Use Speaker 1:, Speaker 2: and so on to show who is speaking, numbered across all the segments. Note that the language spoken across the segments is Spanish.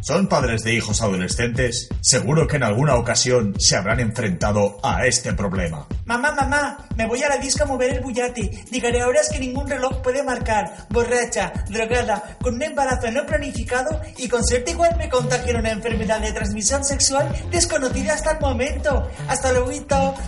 Speaker 1: ¿Son padres de hijos adolescentes? Seguro que en alguna ocasión se habrán enfrentado a este problema.
Speaker 2: Mamá, mamá, me voy a la disco a mover el bullate. Llegaré a horas que ningún reloj puede marcar. Borracha, drogada, con un embarazo no planificado y con suerte igual me contagiaron una enfermedad de transmisión sexual desconocida hasta el momento. Hasta luego,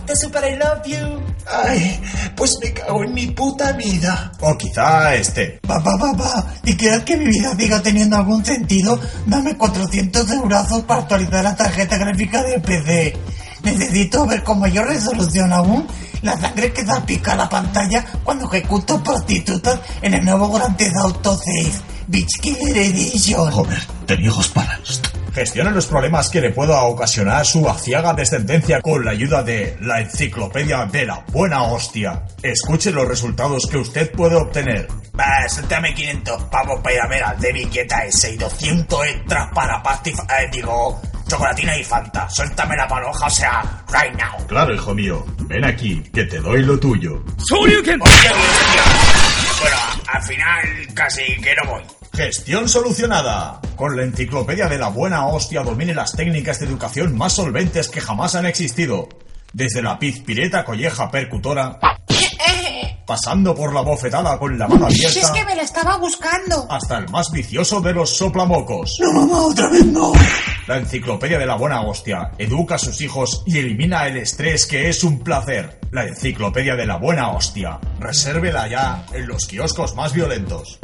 Speaker 2: te super I love you.
Speaker 3: Ay, pues me cago en mi puta vida.
Speaker 1: O quizá este.
Speaker 3: Papá, papá, y quieres que mi vida siga teniendo algún sentido, dame 400 euros para actualizar la tarjeta gráfica de PC. Necesito ver con mayor resolución aún la sangre que salpica la pantalla cuando ejecuto prostitutas en el nuevo Grand Theft Auto 6, Beach Killer Edition.
Speaker 4: Joder, tenía hijos para esto.
Speaker 1: Gestiona los problemas que le pueda ocasionar su aciaga descendencia con la ayuda de la enciclopedia de la buena hostia. Escuche los resultados que usted puede obtener.
Speaker 5: Va, suéltame 500 pavos para ir a ver al Devil Guetta ese y 200 extras para pastif... Eh, digo, chocolatina y Fanta. Suéltame la paloja, o sea, right now.
Speaker 1: Claro, hijo mío. Ven aquí, que te doy lo tuyo.
Speaker 5: ¡Soryuken! Bueno, al final casi que no voy.
Speaker 1: Gestión solucionada. Con la enciclopedia de la buena hostia domine las técnicas de educación más solventes que jamás han existido. Desde la pizpireta colleja percutora, pasando por la bofetada con la mano
Speaker 6: Si Pues es
Speaker 1: abierta,
Speaker 6: que me la estaba buscando.
Speaker 1: hasta el más vicioso de los soplamocos.
Speaker 3: No, mamá, otra vez no.
Speaker 1: La enciclopedia de la buena hostia educa a sus hijos y elimina el estrés que es un placer. La enciclopedia de la buena hostia. Resérvela ya en los kioscos más violentos.